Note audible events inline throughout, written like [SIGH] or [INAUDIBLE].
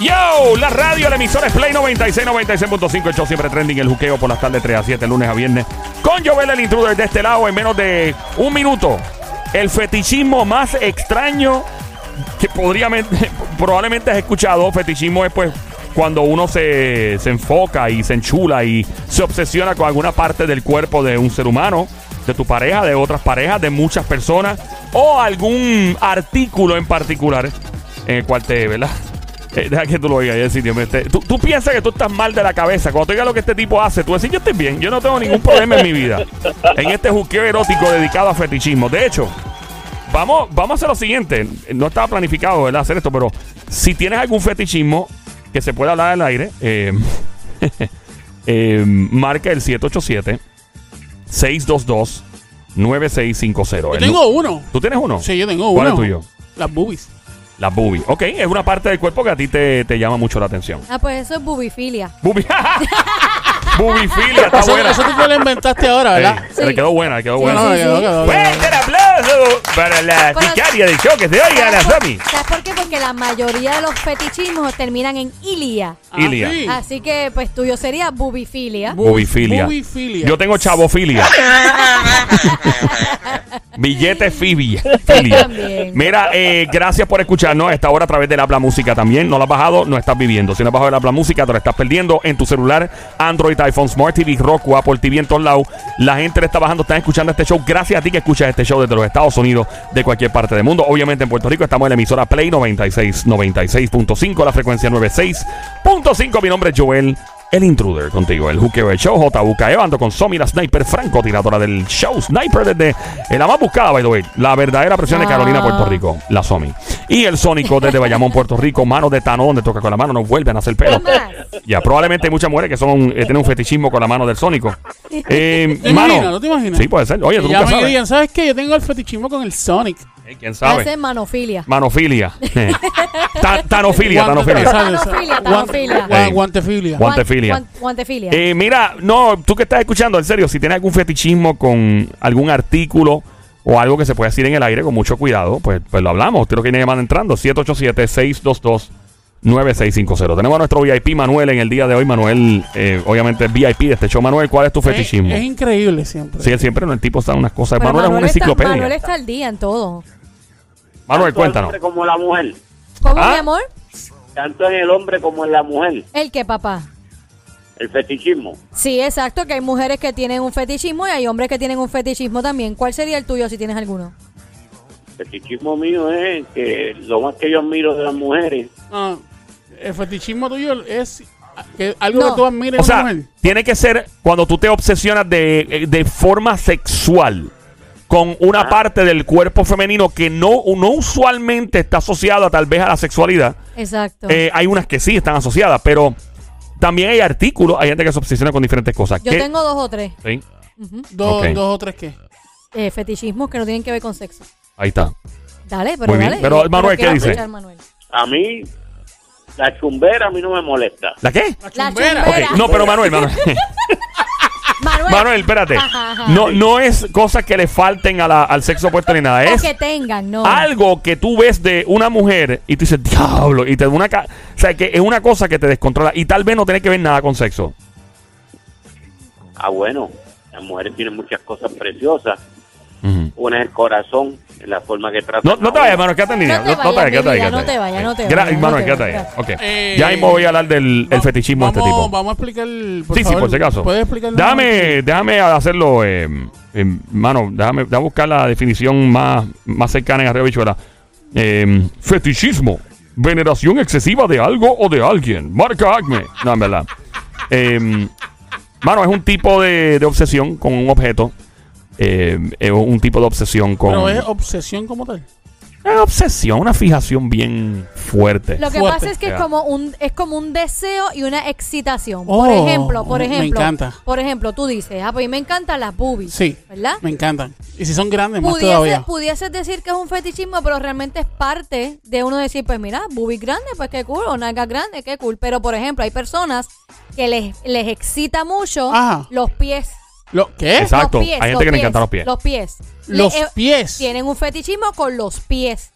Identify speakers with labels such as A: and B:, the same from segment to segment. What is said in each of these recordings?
A: Yo, la radio, la emisora es Play 96, 96.5, el show siempre trending, el juqueo por las tardes 3 a 7, lunes a viernes. Con Joel el intruder de este lado, en menos de un minuto, el fetichismo más extraño que podría, [LAUGHS] probablemente has escuchado. Fetichismo es pues cuando uno se, se enfoca y se enchula y se obsesiona con alguna parte del cuerpo de un ser humano, de tu pareja, de otras parejas, de muchas personas, o algún artículo en particular en el cual te, ¿verdad? [LAUGHS] Eh, deja que tú lo oigas, ya decir, este, tú, tú piensas que tú estás mal de la cabeza. Cuando te digas lo que este tipo hace, tú decís, yo estoy bien, yo no tengo ningún problema en mi vida. En este juqueo erótico dedicado a fetichismo. De hecho, vamos, vamos a hacer lo siguiente. No estaba planificado, ¿verdad? Hacer esto, pero si tienes algún fetichismo que se pueda hablar al aire, eh, [LAUGHS] eh, marca el 787 622 9650.
B: Yo tengo uno.
A: ¿Tú tienes uno?
B: Sí, yo tengo
A: Pues
B: uno.
A: ¿Cuál es tuyo?
B: Las boobies.
A: Las boobies. Ok, es una parte del cuerpo que a ti te, te llama mucho la atención.
C: Ah, pues eso es bubifilia.
A: Bubi. [LAUGHS] Bubifilia, está
B: Eso,
A: Ah, buena.
B: eso tú te lo inventaste ahora, ¿verdad?
A: Ey, Le quedó buena, le quedó buena.
B: Bueno,
C: sí,
B: quedó,
C: sí.
B: quedó, quedó.
A: Fuerte el aplauso para la
C: Para-
A: sicaria del show que se oiga a la
C: ¿Sabes por-
A: Sami.
C: ¿Sabes por qué? Porque la mayoría de los fetichismos terminan en ilia.
B: Ah,
A: Ilia.
B: sí.
C: Así que, pues tuyo sería bubifilia.
B: Bu-
A: Bubifilia.
B: bubifilia.
A: Yo tengo chavofilia. Billete fibia. filia.
C: También.
A: Mira, eh, gracias por escucharnos a esta hora a través del Habla Música también. No la has bajado, no estás viviendo. Si no has bajado el Habla Música, te lo estás perdiendo en tu celular, Android, iPhone, Smart TV, Roku, Apple TV, en todos lados. La gente le está bajando, están escuchando este show. Gracias a ti que escuchas este show desde los Estados Unidos, de cualquier parte del mundo. Obviamente en Puerto Rico estamos en la emisora Play 96, 96.5, la frecuencia 96.5. Mi nombre es Joel. El intruder contigo, el juqueo del show, JUK Evando E, con Somi, la sniper franco, tiradora del show, sniper desde eh, la más buscada, by the way, la verdadera presión de Carolina,
C: Ah.
A: Puerto Rico, la Somi. Y el sónico desde Bayamón, Puerto Rico, mano de Tano, donde toca con la mano, no vuelven a hacer pelo.
C: Tomás.
A: Ya, probablemente hay muchas mujeres que son, eh, tienen un fetichismo con la mano del sónico. Eh,
B: [LAUGHS] ¿Te
A: mano,
B: imaginas? ¿No te imaginas?
A: Sí, puede ser. Oye, tú
B: Y ya
A: nunca
B: me
A: sabes.
B: digan, ¿sabes qué? Yo tengo el fetichismo con el Sonic.
A: Eh, ¿Quién
C: Esa
A: sabe?
C: es manofilia.
A: Manofilia. [LAUGHS] Eh. Ta- tanofilia,
B: Guante-
A: tanofilia.
B: exacto, exacto.
C: Tanofilia,
B: Guan-
C: tanofilia.
B: guan-
A: Ey.
B: Guantefilia.
A: Guan- Guantefilia.
C: Guan- guan- guantefilia.
A: Eh, mira, no, tú que estás escuchando, en serio, si tienes algún fetichismo con algún artículo o algo que se puede decir en el aire, con mucho cuidado, pues, pues lo hablamos. Usted lo quiere llamar entrando, 787-622. 9650. Tenemos a nuestro VIP Manuel en el día de hoy. Manuel, eh, obviamente es VIP de este show. Manuel, ¿cuál es
C: Eh,
A: tu fetichismo?
B: Es, es increíble siempre.
A: Sí, él siempre, no, el tipo está en unas cosas.
C: Pero
A: Manuel, es una
C: está-
A: enciclopedia.
C: Manuel
A: Manuel,
C: está al día en todo.
D: Tanto el
A: cuéntanos.
D: hombre como la mujer.
C: ¿Cómo,
A: ¿Ah?
C: mi amor?
D: Tanto en el hombre como en la mujer.
C: ¿El qué, papá?
D: El fetichismo.
C: Sí, exacto, que hay mujeres que tienen un fetichismo y hay hombres que tienen un fetichismo también. ¿Cuál sería el tuyo si tienes alguno?
D: El fetichismo mío es que lo más que yo admiro de las mujeres.
B: Ah, el fetichismo tuyo es que algo
C: No.
B: que tú admires
A: O
B: en una
A: sea,
B: mujer.
A: tiene que ser cuando tú te obsesionas de, eh, de forma sexual con una parte del cuerpo femenino que no, no usualmente está asociada tal vez a la sexualidad.
C: Exacto.
A: Eh, hay unas que sí están asociadas, pero también hay artículos, hay gente que se obsesiona con diferentes cosas.
C: Yo
A: ¿Qué-
C: tengo dos o tres
A: Sí,
B: Dos,
A: ok.
B: dos o tres qué.
C: eh, fetichismos que no tienen que ver con sexo.
A: Ahí está.
C: Dale, pero
A: Muy bien,
C: dale.
A: pero, Manuel, ¿qué
C: quiero
A: dice?
C: escuchar, Manuel.
D: A mí, la chumbera a mí no me molesta.
A: ¿La qué?
C: La
B: chumbera.
A: Ok,
C: Espera.
A: No, pero Manuel,
C: [LAUGHS]
A: Manuel. [LAUGHS]
C: Manuel,
A: Manuel, espérate.
C: Ajá, ajá.
A: No, no es cosas que le falten a la- al sexo opuesto ni nada.
C: o
A: Es
C: que tengan, no.
A: algo que tú ves de una mujer y tú dices, diablo, y te da una... ca- o sea, que es una cosa que te descontrola y tal vez no tiene que ver nada con sexo.
D: Ah, bueno, las mujeres tienen muchas cosas preciosas. Una es el corazón, en la forma que tratan.
A: No, no te
D: a uno.
A: vayas, Manuel, quédate en línea. No, no te vayas, quédate ahí.
C: mi vida,
A: quédate
C: no te
A: ahí.
C: vayas, no te
A: Gra-
C: vayas, no
A: Manuel,
C: te
A: quédate ahí.
C: vayas.
A: Ok.
B: Eh,
A: ya mismo voy a hablar del el
B: Va-
A: fetichismo de este
B: vamos-
A: tipo.
B: Vamos a explicar. Por
A: Sí, sí,
B: favor,
A: por si acaso.
B: ¿Puedes explicarlo?
A: Déjame, déjame hacerlo, eh, eh, mano, déjame, déjame buscar la definición más, más cercana en Arreo Bichuela. Eh, fetichismo, veneración excesiva de algo o de alguien. Marca Acme. No, en verdad. Eh, mano, es un tipo de, de obsesión con un objeto. Eh, es un tipo de obsesión con.
B: Pero es obsesión como tal.
A: es obsesión, una fijación bien fuerte.
C: Lo que
B: Fuerte.
C: pasa es que
A: Ya.
C: es como un es como un deseo y una excitación.
B: Oh,
C: por ejemplo, por
B: me
C: ejemplo,
B: encanta.
C: por ejemplo, tú dices, "Ah, pues a mí me encantan las boobies."
B: Sí.
C: ¿Verdad?
B: Me encantan. Y si son grandes, más
C: Pudiese,
B: todavía.
C: pudieses decir que es un fetichismo, pero realmente es parte de uno decir, pues mira, boobies grandes, pues qué cool, o nalgas grandes, qué cool. Pero, por ejemplo, hay personas que les, les excita mucho
B: Ajá.
C: los pies.
B: Lo, ¿Qué?
A: Exacto.
C: Los pies,
A: Hay gente
C: los
A: que le encantan los pies.
C: Los pies.
B: Los
C: Le- eh,
B: pies.
C: Tienen un fetichismo con los pies.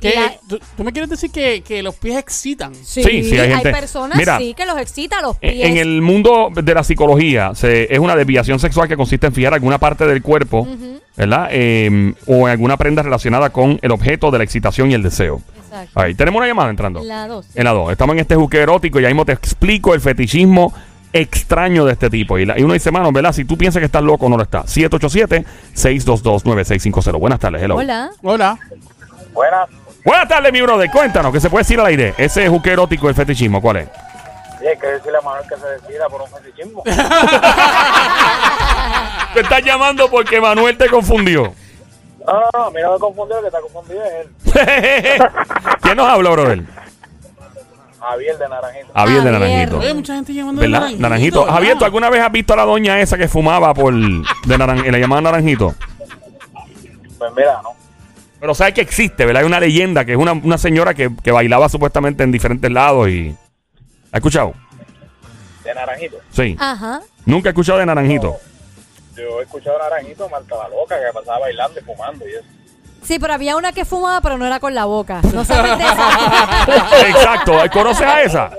B: ¿Qué?
C: Y hay-
B: ¿Tú, tú me quieres decir que, que los pies excitan?
C: Sí,
A: sí, hay
C: hay,
A: gente-
C: personas
A: Mira,
C: sí que los excita los pies.
A: E-, En en el mundo de la psicología se- es una desviación sexual que consiste en fijar alguna parte del cuerpo, ¿verdad? Eh, o en alguna prenda relacionada con el objeto de la excitación y el deseo.
C: Exacto.
A: Ahí, tenemos una llamada entrando.
C: La dos.
A: En la 2. Estamos en este juque erótico y ahí mismo te explico el fetichismo extraño de este tipo. Y, la- y uno dice, mano, ¿verdad? Si tú piensas que estás loco, no lo estás. 787-622-9650. Buenas tardes, hello.
C: Hola.
B: Hola.
E: Buenas.
A: Buenas tardes, mi brother. Cuéntanos, que se puede decir al aire. Ese juque erótico, el fetichismo, ¿cuál es?
E: Oye, hay que decirle a Manuel que se decida por un fetichismo.
A: Te estás llamando porque Manuel te confundió.
E: No, no, no, a mí no me confundió, el que está confundido es él.
A: ¿Quién nos habla, brother?
E: Javier de Naranjito.
A: Javier de
C: Javier.
A: Naranjito.
B: Oye, mucha gente llamando de
A: ¿Verdad? Naranjito.
B: Eh, naranjito. Ah, ¿verdad?
A: Javier, ¿tú alguna vez has visto a la doña esa que fumaba por de naran y la llamaban Naranjito?
E: Pues mira, no.
A: Pero sabes que existe, ¿verdad? Hay una leyenda que es una, una señora que, que bailaba supuestamente en diferentes lados y... ¿Has escuchado?
E: De Naranjito.
A: Sí.
C: Ajá.
A: Nunca he escuchado de Naranjito.
E: Yo he escuchado a Naranjito, Marta la Loca, que pasaba bailando y fumando y eso.
C: Sí, pero había una que fumaba, pero no era con la boca. No
A: [LAUGHS]
C: sabes de esa.
A: Exacto. ¿Conoces a esa?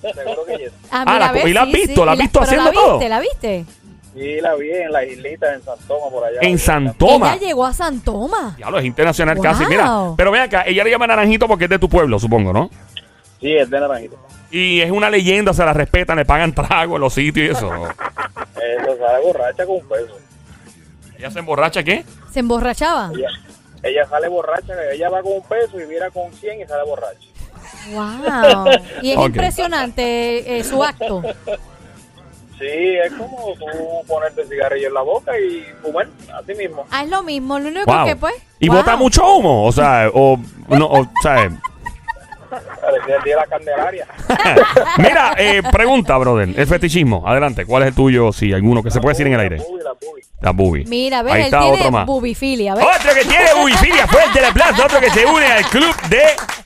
E: Seguro que yes.
C: Ah,
A: Ah,
C: mira,
A: la-
C: ves,
A: ¿y la has
C: sí,
A: visto?
C: sí,
A: ¿La has visto
C: pero
A: haciendo todo?
C: ¿La viste? ¿La viste?
E: Sí, la vi en las islitas, en Santoma, por allá.
A: En Santoma.
C: Ella llegó a San Toma.
A: Diablo, es internacional
C: Wow.
A: casi. Mira, pero ve acá, ella le llama Naranjito porque es de tu pueblo, supongo, ¿no?
E: Sí, es de Naranjito.
A: Y es una leyenda, se la respetan, le pagan trago en los sitios y eso.
E: Eso sale borracha con un peso.
A: ¿Ella se emborracha qué?
C: Se emborrachaba.
A: [LAUGHS]
E: Ella, ella sale borracha, ella va con un peso y mira con 100 y sale borracha.
C: Wow. Y es
A: Ok.
C: impresionante eh, su acto.
E: Sí, es como tú ponerte cigarrillo en la boca y fumar, así mismo.
C: Ah, es lo mismo. Lo único
A: Wow.
C: que pues.
A: Y
C: wow.
A: bota mucho humo, o sea, o no, o
C: [LAUGHS]
A: sea,
E: Parecía el día de la Candelaria.
A: mira, eh, pregunta, brother, el fetichismo, adelante, ¿cuál es el tuyo, si alguno que se puede decir en el aire?
E: La boobie, la boobie.
A: La bubi.
C: Mira, ves,
A: Ahí
C: él
A: está
C: tiene
A: otro más.
C: bubifilia. ¿ves?
A: Otro que tiene bubifilia fuerte la plaza, otro que se une al club de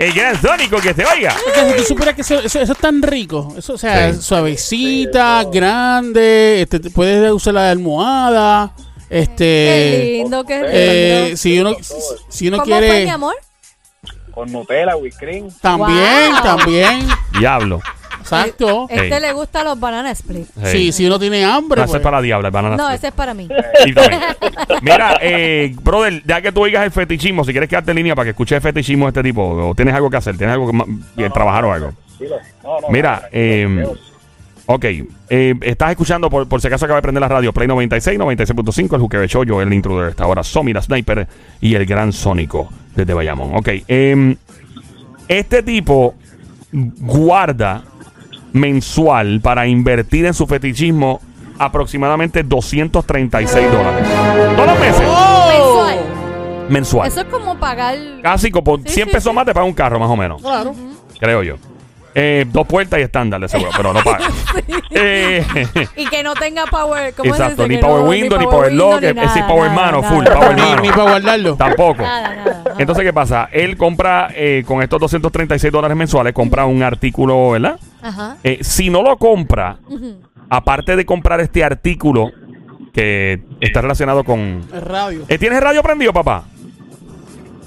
A: el Gran Sónico que se oiga.
B: Porque si tú supieras que eso, eso- eso es tan rico. Eso, o sea,
A: Sí.
B: suavecita, grande, este, te puedes usar la almohada,
C: Qué
B: este...
C: lindo, qué lindo.
B: eh, si uno, si- si uno
C: ¿Cómo
B: quiere...
C: fue, mi amor?
E: Con Nutella, whipped
B: También,
C: Wow. [LAUGHS]
B: también.
A: Diablo.
B: Exacto.
A: Eh,
C: Este
A: Ey.
C: le gusta los banana split.
B: Sí,
A: Sí,
B: si uno tiene hambre.
A: No, ese
B: pues.
A: es para la diabla, el banana
C: No,
A: split.
C: ese es para mí.
A: Y también. Mira, eh, brother, ya que tú oigas el fetichismo, si quieres quedarte en línea para que escuches el fetichismo de este tipo, o tienes algo que hacer, tienes algo que ma- eh, trabajar o algo.
E: No, no,
A: Mira,
E: no,
A: eh, Ok, eh, estás escuchando, por, por si acaso acaba de prender la radio, Play 96, 96.5, el Juquebe Choyo, el intruder de esta hora, Somi, la Sniper y el Gran Sónico desde Bayamón. Ok, em, este tipo guarda mensual para invertir en su fetichismo aproximadamente 236 dólares. Todos los meses,
B: Oh.
C: Oh, Mensual.
A: mensual.
C: Eso es como pagar.
A: Casi como por
C: Sí,
A: 100
C: sí,
A: pesos
C: sí.
A: más te paga un carro, más o menos
B: Claro.
A: creo yo. Eh, dos puertas y estándar, de seguro, pero no
C: [LAUGHS]
A: paga. Eh, [LAUGHS]
C: Y que no tenga power. ¿cómo se
A: exacto,
C: dice?
A: ni
C: Que no-
A: Power Window, ni Power
C: window,
A: Lock,
C: ni
A: es
C: nada,
A: decir, Power
C: nada,
A: Mano,
C: nada.
A: full, Power Mano.
B: Ni, ni para guardarlo.
A: Tampoco.
C: Nada, nada. ajá.
A: Entonces, ¿qué pasa? Él compra, eh, con estos 236 dólares mensuales, compra un artículo, ¿verdad?
C: Ajá.
A: Eh, si no lo compra,
C: Ujú.
A: aparte de comprar este artículo que está relacionado con...
B: Es radio.
A: Eh, ¿Tienes el radio prendido, papá?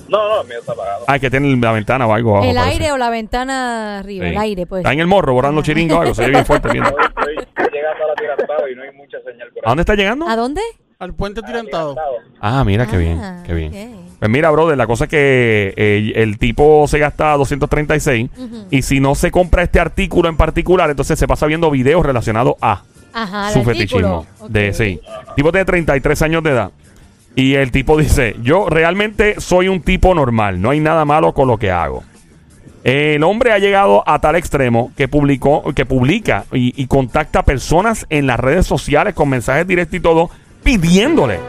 E: No, no, el mío está apagado.
A: Ah, que tiene la ventana o algo. abajo,
C: El
A: parece.
C: aire o la ventana arriba.
A: Sí.
C: El aire, pues.
A: Está en el morro, borrando chiringo o algo. Se ve bien fuerte. bien.
E: Estoy, estoy- estoy llegando a la tirantada y no hay mucha señal por
A: ¿A dónde está llegando?
C: ¿A dónde?
B: Al puente atirantado.
E: Atirantado.
A: Ah, mira, qué
C: Ah,
A: bien, qué bien.
C: ok.
A: Pues mira, brother, la cosa es que eh, el tipo se gasta 236 y si no se compra este artículo en particular, entonces se pasa viendo videos relacionados a
C: Ajá.
A: su
C: el Ah, artículo.
A: fetichismo. De,
C: Ok.
A: sí. El tipo tiene 33 años de edad y el tipo [LAUGHS] dice, yo realmente soy un tipo normal, no hay nada malo con lo que hago. El hombre ha llegado a tal extremo que publicó, que publica y, y contacta personas en las redes sociales con mensajes directos y todo, pidiéndole.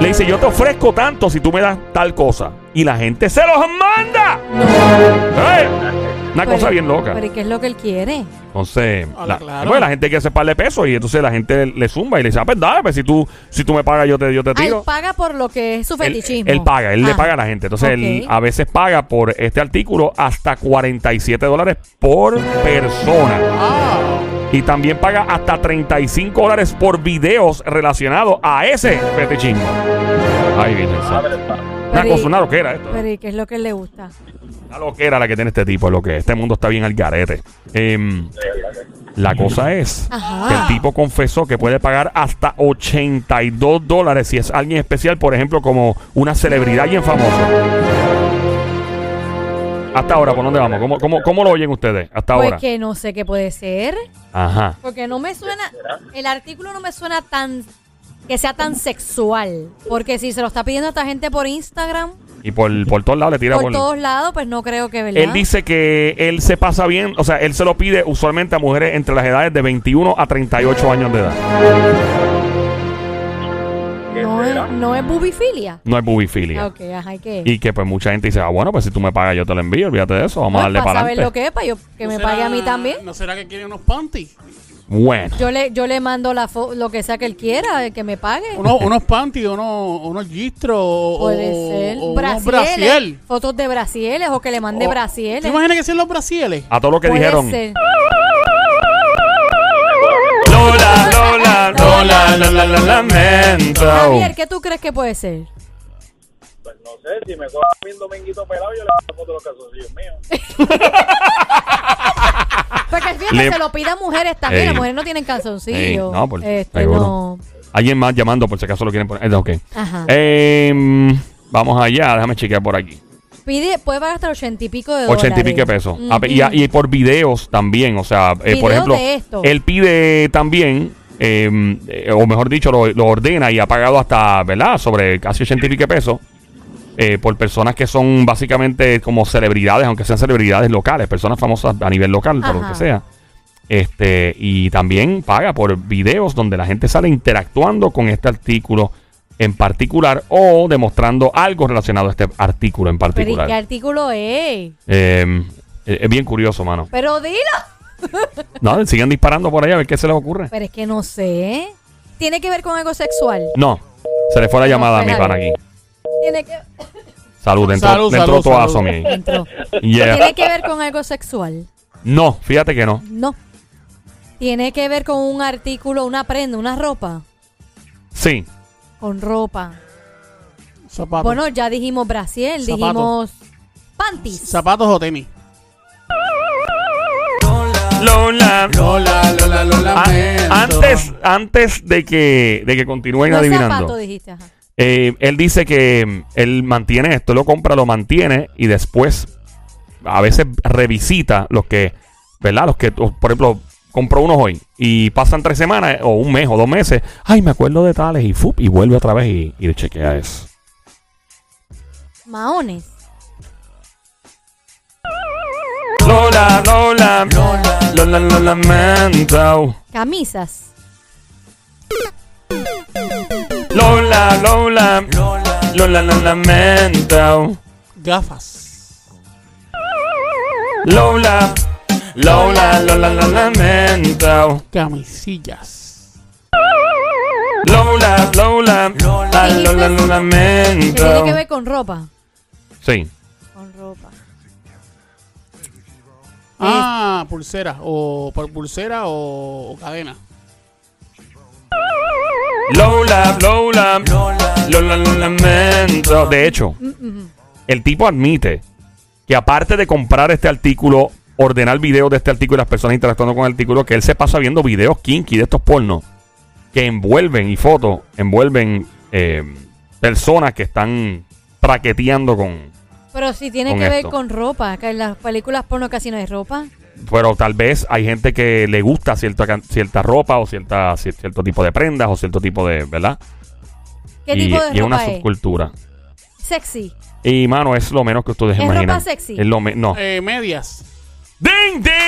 A: Le dice, yo te ofrezco tanto si tú me das tal cosa. Y la gente se los manda. ¡Eh! Una
C: Pero-
A: cosa bien loca.
C: Pero ¿y ¿qué es lo que él quiere?
A: Entonces,
B: Ah,
A: la,
B: claro.
A: pues, la gente quiere hacer par de pesos y entonces la gente le zumba y le dice, ah, pues dale, pues, si tú, si tú me pagas, yo te, yo te
C: Ah, él
A: tiro.
C: paga por lo que es su
A: Él-
C: fetichismo.
A: Él, paga, él le
C: Ajá.
A: paga a la gente. Entonces, él
C: Ok.
A: a veces paga por este artículo hasta 47 dólares por persona.
B: Ah.
A: Y también paga hasta 35 dólares por videos relacionados a ese fetichismo. Ay, bien,
E: Ah, pero está-
A: Una
C: Pero y-
A: cosa, una loquera esto.
C: Pero ¿y qué es lo que le gusta?
A: Una loquera la que tiene este tipo, lo que este mundo está bien al garete. Em, la cosa es
C: Ajá.
A: que el tipo confesó que puede pagar hasta 82 dólares si es alguien especial, por ejemplo, como una celebridad bien famosa. Hasta ahora, ¿por dónde vamos? ¿Cómo, cómo, cómo lo oyen ustedes? Hasta
C: Pues
A: ahora.
C: que no sé qué puede ser.
A: Ajá.
C: Porque no me suena, el artículo no me suena tan, que sea tan sexual. Porque si se lo está pidiendo a esta gente por Instagram,
A: Y por, por todos lados le tira
C: por
A: por.
C: todos lados, pues no creo que, ¿verdad?
A: Él dice que él se pasa bien, o sea, él se lo pide usualmente a mujeres entre las edades de 21 a 38 años de edad.
C: no, es, no es bubifilia.
A: No es bubifilia.
C: Ah, Ok, ajá, ¿y qué?
A: Y que pues mucha gente dice, ah, bueno, pues si tú me pagas, yo te lo envío, olvídate de eso, vamos a
C: Pues,
A: darle para
C: saber lo
A: adelante.
C: que es, para yo, que me
B: ¿No será-
C: pague a mí también.
B: ¿No será que quiere unos panties?
A: Bueno,
C: Yo le, yo le mando la fo- lo que sea que él quiera, eh, que me pague.
B: Unos, unos panties, unos, unos gistros o,
C: Puede
B: o-
C: ser.
B: o unos
C: brasieles,
B: brasiel.
C: Fotos de brasieles o que le mande
B: O-
C: brasieles.
B: ¿Te
C: Ah.
B: imaginas que sean los brasieles?
A: a todo lo que
C: Puede
A: dijeron.
C: ser.
A: Lola, Lola, Lola, la, la, la, lamento.
C: Javier, ¿qué tú crees que puede ser?
E: Pues no sé, si me cojo a mí un dominguito pelado, yo le hago foto de los calzoncillos míos.
C: Porque fíjate,
A: Ah, Le-
C: se lo pida a mujeres también.
A: Ey.
C: Las mujeres no tienen
A: Ey,
C: calzoncillos.
A: no, por-
C: este,
A: seguro.
C: no.
A: Alguien más llamando, por si acaso lo quieren poner. Eh, Ok.
C: Ajá.
A: Em, vamos allá, déjame chequear por aquí.
C: Pide, puede pagar hasta ochenta y pico de dólares.
A: 80 y pico de pesos. A- y, a- y por videos también, o sea, eh, por
C: Videos
A: ejemplo,
C: de esto.
A: él pide también, eh, eh, o mejor dicho, lo, lo ordena y ha pagado hasta, ¿verdad? Sobre casi 80 y pico de pesos. eh, por personas que son básicamente como celebridades, aunque sean celebridades locales, personas famosas a nivel local, por lo
C: Ajá.
A: que sea. Este, y también paga por videos donde la gente sale interactuando con este artículo en particular o demostrando algo relacionado a este artículo en
C: Pero ¿y
A: particular.
C: qué artículo es?
A: Eh, es bien curioso, mano.
C: Pero dilo.
A: No, sigan disparando por allá a ver qué se les ocurre.
C: Pero es que no sé. Tiene que ver con algo sexual.
A: No, se le fue la
C: No,
A: llamada a mi
C: espérate.
A: pana aquí.
C: Tiene que,
A: Salud, entró,
B: Salud,
A: le entró
B: salud,
A: toazo
B: salud.
A: a mí. [LAUGHS]
C: entró.
A: Yeah.
C: Tiene que ver con algo sexual.
A: No, fíjate que no.
C: No. Tiene que ver con un artículo, una prenda, una ropa.
A: Sí,
C: Con ropa.
B: Zapatos.
C: Bueno, ya dijimos brasiel,
B: Zapato.
C: dijimos panties.
B: Zapatos o tenis.
A: Lola.
B: Lola, Lola, Lola.
A: A- Ah, antes, antes de que, de que continúen
C: No zapato
A: adivinando,
C: dijiste, ajá.
A: eh, él dice que mm, él mantiene esto, lo compra, lo mantiene y después a veces revisita los que, ¿verdad? Los que, o, por ejemplo, compró unos hoy y pasan tres semanas eh, o un mes o dos meses. Ay, me acuerdo de tales y fup, y vuelve otra vez y, y chequea eso.
C: Maones.
A: Lola, Lola, Lola, Lola, lamento.
C: Camisas.
A: Lola, Lola, Lola, lamento.
B: Gafas.
A: Lola, Lola, Lola, lamento.
B: Camisillas.
A: Lola, Lola, Lola,
C: Lola, Lola, Que tiene
A: lamento.
C: que ver con ropa.
A: Sí.
C: Con ropa.
B: Ah, pulsera. O por pulsera o, o cadena.
A: Lola, Lola, Lola, Lola, lamento. De hecho,
C: Mm,
A: el tipo admite que aparte de comprar este artículo, ordenar videos de este artículo y las personas interactuando con el artículo, que él se pasa viendo videos kinky de estos pornos que envuelven y fotos envuelven eh, personas que están traqueteando con.
C: Pero si tiene
A: Con
C: que
A: esto.
C: ver con ropa, que en las películas porno casi no hay ropa.
A: Pero tal vez hay gente que le gusta cierta, can- cierta ropa o cierta, cier- cierto tipo de prendas o cierto tipo de. ¿Verdad?
C: ¿Qué
A: y,
C: tipo de
A: y es una
C: ropa es?
A: subcultura.
C: Sexy.
A: Y mano, es lo menos que ustedes
C: ¿Es ropa
A: imaginan.
C: sexy?
A: Es lo me- no.
B: Eh, medias.
A: ¡Ding, ding!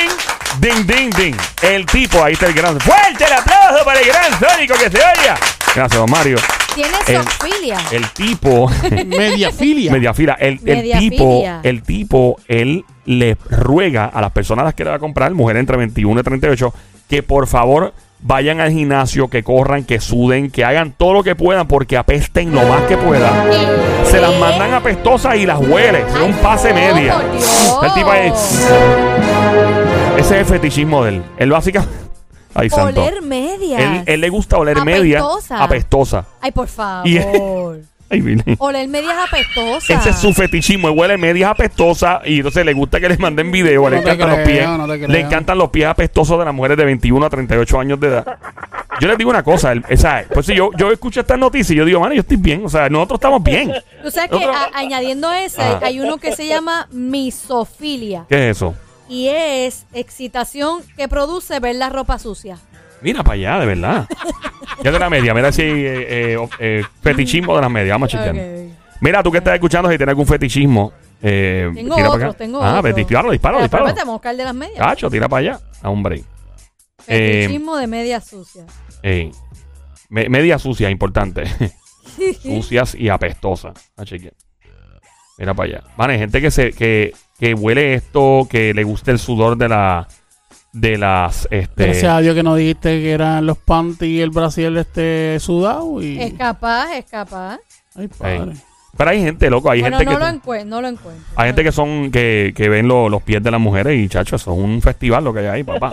A: ¡Ding, ding, ding! El tipo, ahí está el gran. ¡Fuerte el aplauso para el gran Sónico que se oiga! Gracias, don Mario.
C: Tiene
A: El-
C: zoofilia.
A: El tipo.
B: Mediafilia.
A: Mediafila. El, el
C: Mediafilia.
A: tipo, el tipo, él le ruega a las personas a las que le va a comprar, mujeres entre 21 y 38, que por favor vayan al gimnasio, que corran, que suden, que hagan todo lo que puedan porque apesten lo más que puedan. Se las mandan apestosas y las huele. Es un pase
C: no,
A: media.
C: por Dios.
A: El tipo ahí- Ese es el fetichismo de él. Él básicamente. Ay, santo.
C: Oler medias.
A: Él, él le gusta oler media
C: Apestosa.
A: apestosa.
C: Ay, por favor.
A: Y- Ay, Virgen.
C: Oler medias apestosas.
A: Ese es su fetichismo. Él huele medias apestosas y entonces le gusta que les manden videos. le
B: No te
A: encantan los
B: creo,
A: pies.
B: no te creo.
A: le encantan los pies apestosos de las mujeres de 21 a 38 años de edad. Yo les digo una cosa, el- esa- pues si yo, yo escucho estas noticias y yo digo, mano, yo estoy bien, o sea, nosotros estamos bien.
C: Tú sabes que
A: Otro-
C: a- añadiendo ese,
A: Ah.
C: hay uno que se llama misofilia.
A: ¿Qué es eso?
C: Y es excitación que produce ver la ropa sucia.
A: Mira para allá, de verdad. ya de la media, mira si eh, eh, o- eh, fetichismo de las medias, vamos a chequear.
C: Ok.
A: Mira, tú que estás escuchando, si tienes algún fetichismo, eh,
C: Tengo
A: tira pa'
C: otros,
A: acá.
C: tengo
A: Ah,
C: otros.
A: ve, dispáralo, dispáralo,
C: Pero
A: dispáralo.
C: espérate, vamos a buscar de las medias.
A: Cacho, tira para allá. Ah, A un break. eh,
C: Fetichismo de medias sucias.
A: Ey. Me- media sucia,
C: [LAUGHS]
A: importante. Sucias y apestosas. A chequear. Mira para allá. Vale, gente que se que, que huele esto, que le gusta el sudor de la de las este
B: Gracias a Dios que no dijiste que eran los panty y el Brasil este sudado y...
C: Es capaz, es capaz.
B: Ay,
A: ey.
B: padre.
A: eh, Pero hay gente, loco, hay
C: bueno,
A: gente
C: no
A: que
C: lo, encue- no lo encuentro.
A: hay gente que son que, que ven lo- los pies de las mujeres y chacho, eso es un festival lo que hay ahí, papá.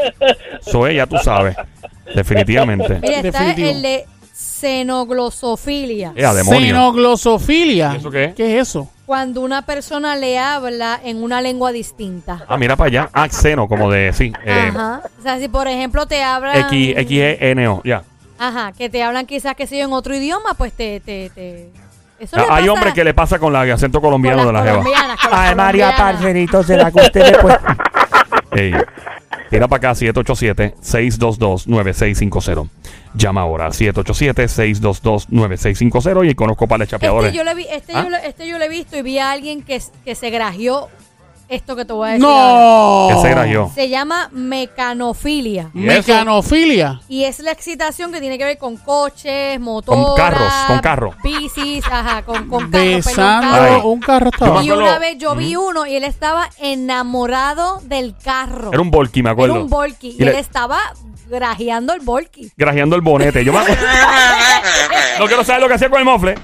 A: Eso es, ya tú sabes. Definitivamente.
C: Mira, está
B: Definitivo.
C: el de xenoglosofilia.
A: Eh, a demonio.
B: Xenoglosofilia.
A: ¿Y eso qué es?
B: ¿Qué es eso?
C: Cuando una persona le habla en una lengua distinta.
A: Ah, mira para allá. Ah, xeno, como de sí. Eh,
C: Ajá. O sea, si por ejemplo te hablan.
A: X, X-E-N-O, ya.
C: Ajá, que te hablan quizás, que sé yo, en otro idioma, pues te. te, te- Eso
A: Ah,
C: le
A: Hay
C: pasa
A: hombres que le pasa con la- el acento colombiano de
C: con
A: la
C: las
A: jeva.
C: colombianas, con las
F: Ay, María,
C: colombianas.
F: parcerito, será que usted le puede...
A: [LAUGHS] Ey. Tira para acá 787-622-9650. Llama ahora 787-622-9650 y conozco para los chapeadores.
C: Este yo, lo vi, este,
A: ¿Ah?
C: yo lo, este yo lo he visto y vi a alguien que, que se grajeó esto que te voy a decir. ahora.
B: ¡No!
A: Ese era yo.
C: Se llama mecanofilia.
A: ¿Y eso?
B: Mecanofilia.
C: Y es la excitación que tiene que ver con coches, motores.
A: carros, con carro.
C: Bicis, ajá, con, con carros. perdón,
B: Besando
A: Ay.
C: carros.
B: un carro
A: Yo me
B: estaba.
C: Y
A: acuerdo-
C: una vez yo vi uno y él estaba enamorado del carro.
A: Era un volky, me acuerdo.
C: Era un volky. Y,
A: Y le-
C: él estaba grajeando el volky. [LAUGHS]
A: Grajeando el bonete. Yo me acuerdo. no quiero saber lo que hacía con el mofle.